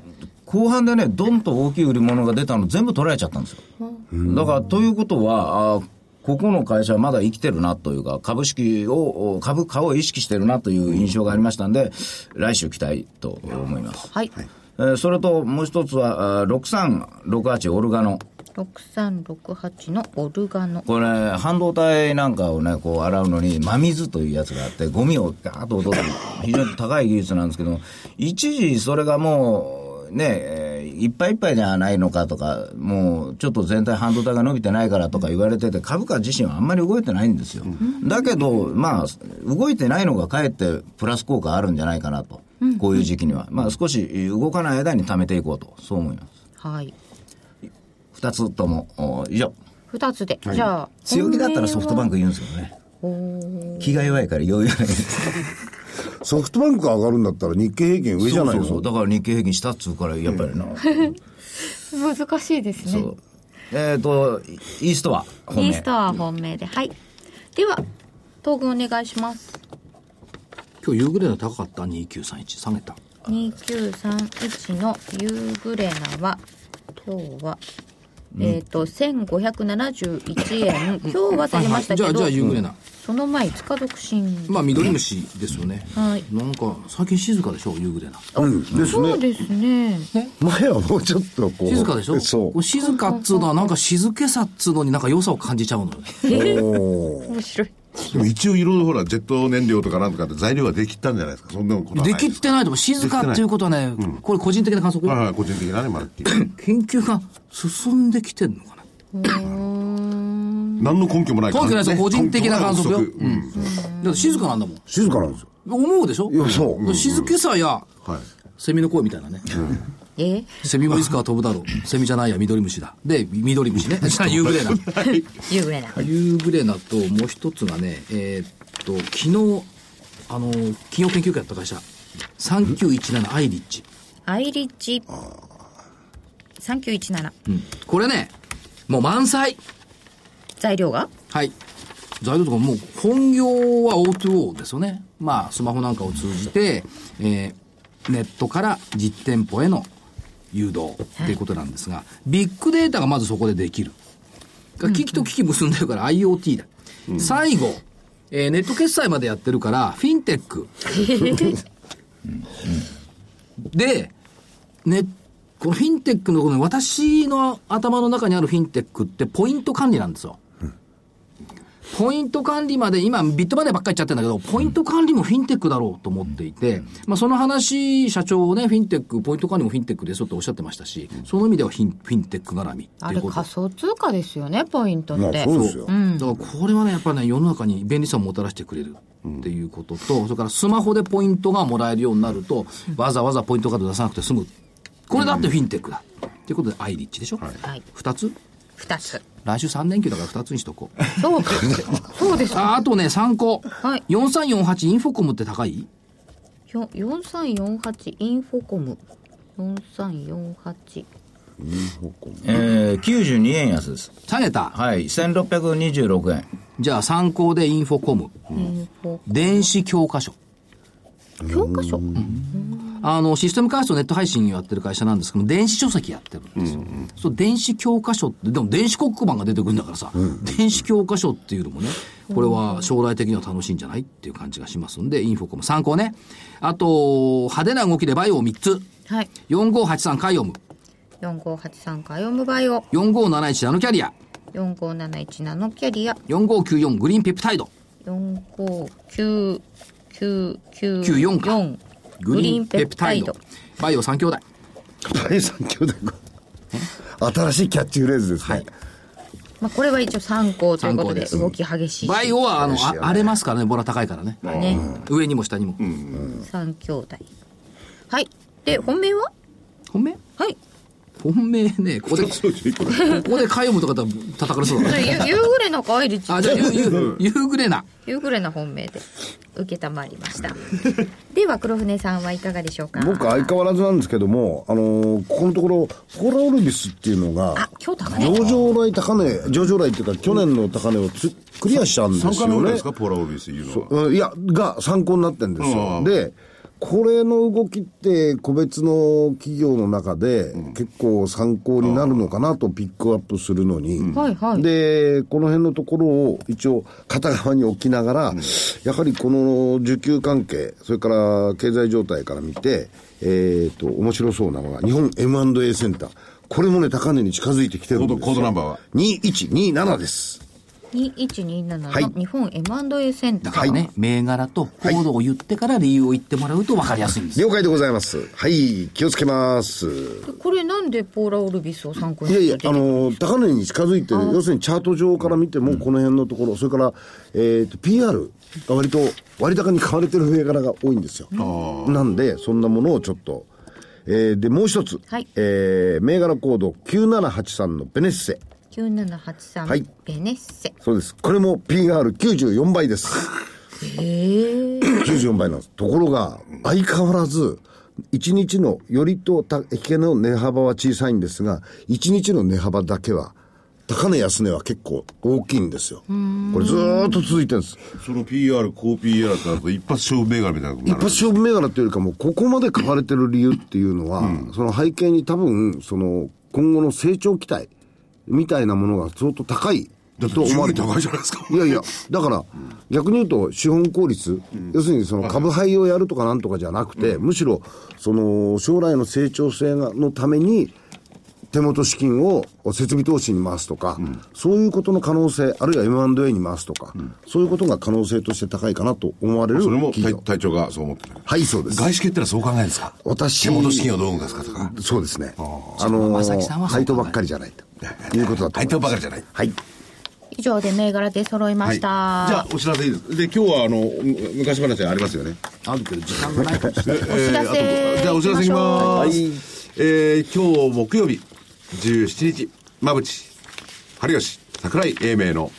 後半でね、どんと大きい売り物が出たの全部取られちゃったんですよ。だから、ということは、あーここの会社はまだ生きてるなというか、株式を、お株価を意識してるなという印象がありましたんで、来週期待と思います。はい。えーそれと、もう一つは、あー6368オルガノ。六三六八のオルガノ。これ、半導体なんかをね、こう洗うのに、真水というやつがあって、ゴミをガーッと落とす、非常に高い技術なんですけども、一時それがもう、ね、えーいっぱいいっぱいじゃないのかとか、もうちょっと全体半導体が伸びてないからとか言われてて、株価自身はあんまり動いてないんですよ。だけど、まあ、動いてないのがかえってプラス効果あるんじゃないかなと。こういう時期には。まあ少し動かない間に貯めていこうと、そう思います。はい。二つとも、お以上。二つで。じゃあ。強気だったらソフトバンク言うんですけどね。気が弱いから余裕ない。ソフトバンクが上がるんだったら日経平均上じゃないのそうそうだから日経平均したっつうから、やっぱ りな。難しいですそねう。えっと、イーストは本イ命。ーストア本命で。はい。では、東軍お願いします。今日夕暮れの高かった2931下げた2931のユーグレナは、今日は、えっ、と、1571円。今日は下げましたけはいはいじゃあじゃどあ、夕暮れな、その前、塚独身。まあ緑虫ですよね、はいなんか最近静かでしょ夕暮れなうん。ですそうね。ですね。前はもうちょっとこう。静かでしょそうこ。静かっつうのはなんか静けさっつうのになんか良さを感じちゃうのよねおー面白い。でも一応いろいろほら、ジェット燃料とかなんとかって材料ができたんじゃないですか。そんなことはないできってないと思う静かっていうことはね、これ個人的な観測、はいはい、個人的なね、マルキー。研究が進んできてるのかな何の根拠もない根拠ないですよね個人的な観測よ根拠ない憶測だって静かなんだもん 静かなんですよ。思うでしょいやそううん静けさや、うんはい。セミの声みたいなね、えセミもいつかは飛ぶだろうセミじゃないや緑虫だで緑虫 ねじゃあ夕暮れなユーグレナ。夕暮れなともう一つがねえーっと昨日あの企業研究会やった会社3917アイリッチ、アイリッチ。3917。うんこれねもう満載材料がはい材料とかもう本業は O2O ですよねまあスマホなんかを通じて、えーネットから実店舗への誘導っていうことなんですが、ビッグデータがまずそこでできるが機器と機器結んでるから IoT だ。最後、えーネット決済までやってるから、フィンテック。で、ね、このフィンテックのこの私の頭の中にあるフィンテックってポイント管理なんですよ。ポイント管理まで、今、ビットマネーばっかり言っちゃってるんだけど、ポイント管理もフィンテックだろうと思っていて、まあ、その話、社長ね、フィンテック、ポイント管理もフィンテックですよっておっしゃってましたし、その意味ではフィンフィンテック絡みってあいれうこと仮想通貨ですよね、ポイントまっあて。そうですよ。だからこれはね、やっぱりね、世の中に便利さをもたらしてくれるっていうことと、それからスマホでポイントがもらえるようになると、わざわざポイントカード出さなくて済む。これだってフィンテックだ。ということで、アイリッチでしょ、はい二つ2つ。来週3連休だから2つにしとこう。そうか。そうですか。ああとね、参考。はい4348インフォコムって高いよ4348インフォコム。4348。えー、92円安です。下げた。はい、1626円。じゃあ参考でインフォコム。インフォ電子教科書。教科書あの、システム開発とネット配信をやってる会社なんですけど、電子書籍やってるんですよ。そう、電子教科書って、でも電子黒板が出てくるんだからさ、電子教科書っていうのもね、これは将来的には楽しいんじゃないっていう感じがしますんで、インフォコム参考ね。あと、派手な動きでバイオを3つ。はい。 4583カイオム。 4583カイオムバイオ。 4571ナノキャリア。 4571ナノキャリア。 4594グリーンペプタイド。 459994 94かグリーンペプタイド。バイオ3兄弟。第三兄弟新しいキャッチフレーズですね。はいまあ、これは一応参考というこ参考とで、です動き激しい。バイオは、あの、ですあよね荒れますからね、ボラ高いからね。ね、上にも下にも。三兄弟。はい。で、本命は本命はい。本命ね、ここで、ここでカイオムとかだったら叩かれそうだね。ゆ夕暮れの可愛いあ、じゃあ、ゆ、ゆ、夕暮れな。夕暮れの本命で承りました。 では、黒船さんはいかがでしょうか僕相変わらずなんですけども、あのーここのところ、ホラオルビスっていうのがあ、、今日高値。上場来高値、上場来っていうか、去年の高値をつクリアしちゃうんですよ参ね。加なんですか、ポーラオービスいうのは。うんいや、が参考になってんですうよ。んで、これの動きって個別の企業の中で結構参考になるのかなとピックアップするのに。はいはい。で、この辺のところを一応片側に置きながら、やはりこの需給関係、それから経済状態から見て、えっ、と、面白そうなのが日本 M&A センター。これもね、高値に近づいてきてるんですよ。コードコードナンバーは ?2127 です。 2127のはい日本 M&A センタだー。からね、銘柄とコードを言ってから理由を言ってもらうと分かりやすいんです。了解でございます。はい、気をつけます。これなんでポーラ・オルビスを参考にいやいや出、てあるのー高値に近づいてる、要するにチャート上から見ても、この辺のところ、それから、えっと PR が割と割高に買われてる銘柄が多いんですよ。なんで、そんなものをちょっと、えーで、もう一つ、はいえー銘柄コード9783のベネッセ、 9783、はいベネッセ。そうです、これも PR94 倍です。94倍なんです。ところが、相変わらず、1日のよりとた引けの値幅は小さいんですが、1日の値幅だけは、高値安値は結構大きいんですよ。これずーっと続いてるんです。その PR、高 PR ってなると一発勝負銘柄みたいなことに一なる発勝負銘柄というよりかも、ここまで買われてる理由っていうのは、その背景に多分、その、今後の成長期待みたいなものが相当高いだってと思われ10て円る高いじゃないですか。いやいや、だから、逆に言うと、資本効率、要するにその株配をやるとかなんとかじゃなくて、むしろ、その、将来の成長性がのために、手元資金を設備投資に回すとか、そういうことの可能性、あるいは M&A に回すとか、そういうことが可能性として高いかなと思われるそれも企隊業。隊長がそう思ってる。はい、そうです。外資系ってのはそう考えるんですか私手元資金をどう動かすかとか。そうですね。あの正木さんはそう考えるー、配当ばっかりじゃないということだと思います。配当ばかりじゃない。はい。以上で銘柄で揃いました。じゃあ、お知らせいいです。で、今日は、あの、む昔話ありますよね。あるけど時間がないかもしれない。お知らせじゃあ、お知らせいきま行ーきす。えー、今日木曜日、17日、馬淵、春吉、桜井英明の、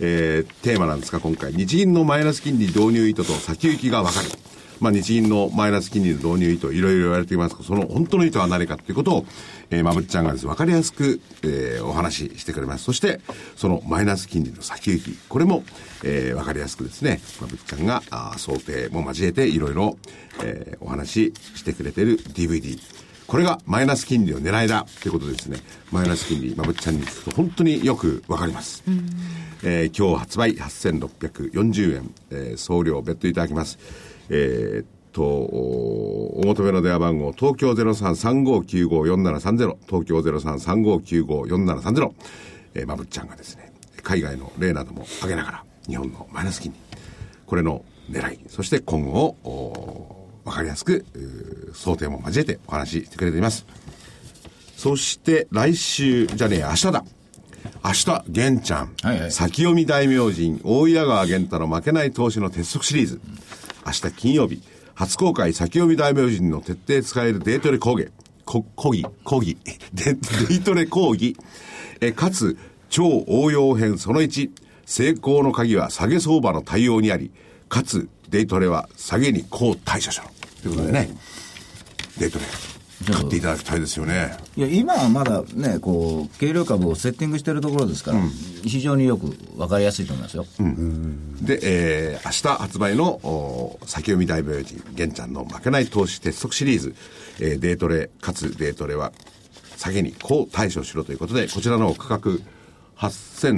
えー、テーマなんですが、今回、日銀のマイナス金利導入意図と先行きがわかる。まあ、日銀のマイナス金利の導入意図、いろいろ言われていますが、その本当の意図は何かということを、えー、まぶっちゃんがですね、わかりやすく、えー、お話ししてくれます。そして、そのマイナス金利の先行き、これも、えー、わかりやすくですね、まぶっちゃんが、あー想定も交えて、いろいろ、えー、お話ししてくれている DVD。これがマイナス金利を狙いだということですね。マイナス金利、まぶっちゃんに聞くと本当によくわかります。えー今日発売8640円、えー送料別途いただきます。えーっと、おお求めの電話番号、東京0335954730、東京0335954730、えー、まぶっちゃんがですね、海外の例なども挙げながら、日本のマイナス金利、これの狙い、そして今後を、おわかりやすく、えー想定も交えてお話ししてくれています。そして来週、じゃねえ、明日だ。明日、玄ちゃん、はいはい先読み大名人、大矢川玄太の負けない投資の鉄則シリーズ。明日金曜日、初公開先読み大名人の徹 底使えるデートレ講義。こ、講義、講義、デデートレ講義。えーかつ、超応用編その1、成功の鍵は下げ相場の対応にあり、かつ、デイトレは下げにこう対処しろ。ということでね、デイトレ、買っていただきたいですよね。いや今はまだね、こう、軽量株をセッティングしてるところですから、非常によく分かりやすいと思いますよ。で、えー明日発売の、おー先読み大病院、玄ちゃんの負けない投資鉄則シリーズ、えーデートレ、かつデートレは、下げにこう対処しろということで、こちらの価格、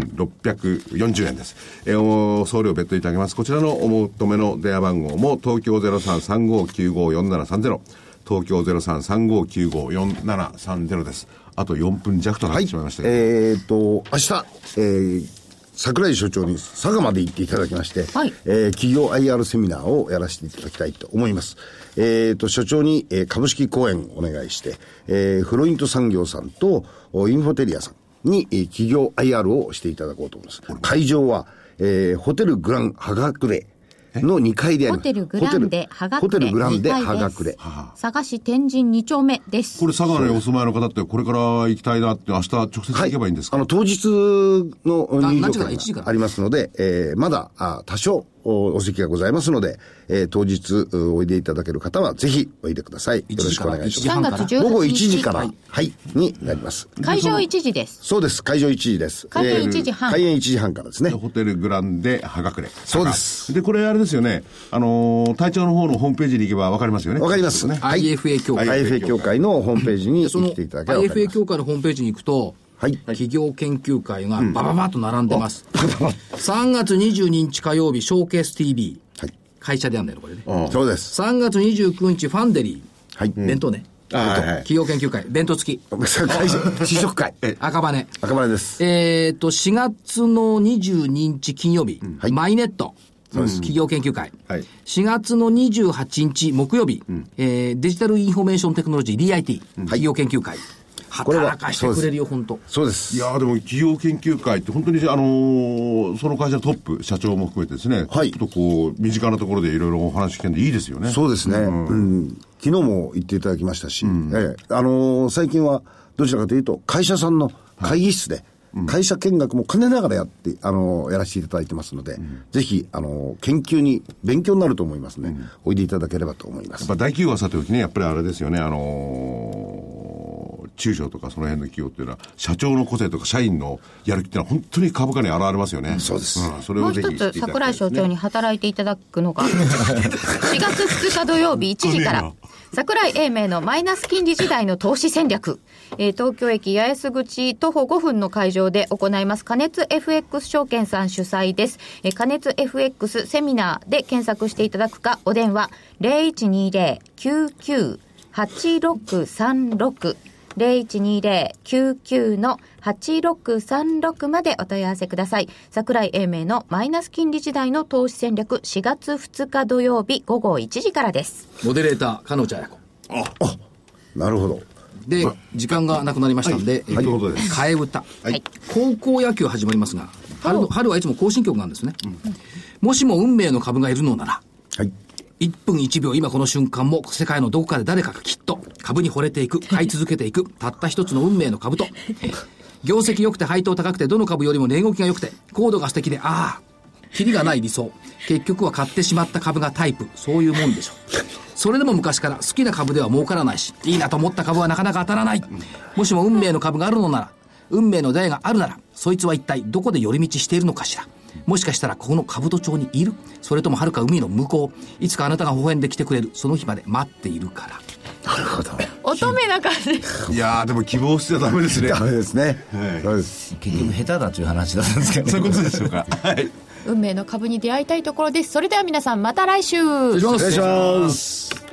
8640円です。えーおー送料別途いただきます。こちらのお求めの電話番号も、東京0335954730、東京0335954730です。あと4分弱となってしまいましたけど、えーっと、明日、えー桜井所長に佐賀まで行っていただきまして、はいえー企業 IR セミナーをやらせていただきたいと思います。えーっと、所長に、えー株式講演お願いして、えーフロイント産業さんと、おインフォテリアさんに、えー企業 IR をしていただこうと思います。会場は、えーホテルグランハガクレの2階でありまホすテルグランデ、ハガクレ。ホテルグランデ二階ですハガクレ。佐賀市天神2丁目です。これ佐賀にお住まいの方って、これから行きたいなって、明日直接行けばいいんですか、あの、当日のな入何場時から1時券からがありますので、えーまだ、あ多少お、お席がございますので、えー当日、うおいでいただける方は、ぜひ、おいでください。よろしくお願いし1時ま半か3ら月す。 18日。午後1時から、はい、になります。会場1時です。そうです。会場1時です。開演えー1時半開演1時半からですね で。ホテルグランデ葉隠れ。そうです。で、これあれですよね。あのー、隊長の方のホームページに行けばわかりますよね。わかります。ね、はい。 IFA 協会。 IFA IFA 協会のホームページにその来ていただければわかり IFA ます。協会のホームページに行くと、はい企業研究会がバババッと並んでます。3月22日火曜日、ショーケース TV。はい会社でやんだよ、これね。そうです。 3月29日、ファンデリー。はい弁当ね。あはいはい企業研究会。弁当付き。会場試食会。赤羽。赤羽です。えっと、4月の22日金曜日、はいマイネット、企業研究会。はい4月の28日木曜日、えーデジタルインフォメーションテクノロジー DIT、企業研究会。これは働かしてくれるよ、本当。そうです。いやーでも企業研究会って本当に、あのーその会社のトップ、社長も含めてですね、はいちょっとこう、身近なところでいろいろお話聞けんでいいですよね。そうですね、うん昨日も言っていただきましたし、ええあのー最近はどちらかというと、会社さんの会議室で、会社見学も兼ねながらやって、あのーやらせていただいてますので、ぜひ、あのー研究に勉強になると思いますね、おいでいただければと思いまやっす。ぱ大企業はさておきね、やっぱりあれですよね、あのー中小とかその辺の企業っていうのは、社長の個性とか社員のやる気っていうのは本当に株価に現れますよね。そうです。それもをうぜ一つひ知っていただきたいですね、桜井所長に働いていただくのが4月2日土曜日1時から桜井英明のマイナス金利時代の投資戦略、えー東京駅八重洲口徒歩5分の会場で行います加熱 FX 証券さん主催です、えー加熱 FX セミナーで検索していただくかお電話0120-998636 0120-99の8636までお問い合わせください。桜井英明のマイナス金利時代の投資戦略4月2日土曜日午後1時からです。モデレーター、彼女彩子。なるほど。で、時間がなくなりましたんで、えっといとうことで替え歌、い高校野球始まりますが、春の春はいつも更新曲なんですね。もしも運命の株がいるのなら、はい。 1分1秒今この瞬間も世界のどこかで誰かがきっと株に惚れていく買い続けていくたった一つの運命の株と 業績良くて配当高くてどの株よりも値動きが良くて高度が素敵でああキリがない理想結局は買ってしまった株がタイプそういうもんでしょうそれでも昔から好きな株では儲からないしいいなと思った株はなかなか当たらないもしも運命の株があるのなら運命の出会いがあるならそいつは一体どこで寄り道しているのかしらもしかしたらここの兜町にいるそれともはるか海の向こういつかあなたが微笑んで来てくれるその日まで待っているからなるほど。乙女な感 じ。いやーでも希望してちゃダメです ね。ダメですね。はいそうです。結局下手だという話だったんですけど、そういうことでしょうか。はい。運命の株に出会いたいところです。それでは皆さんまた来週。お願いします。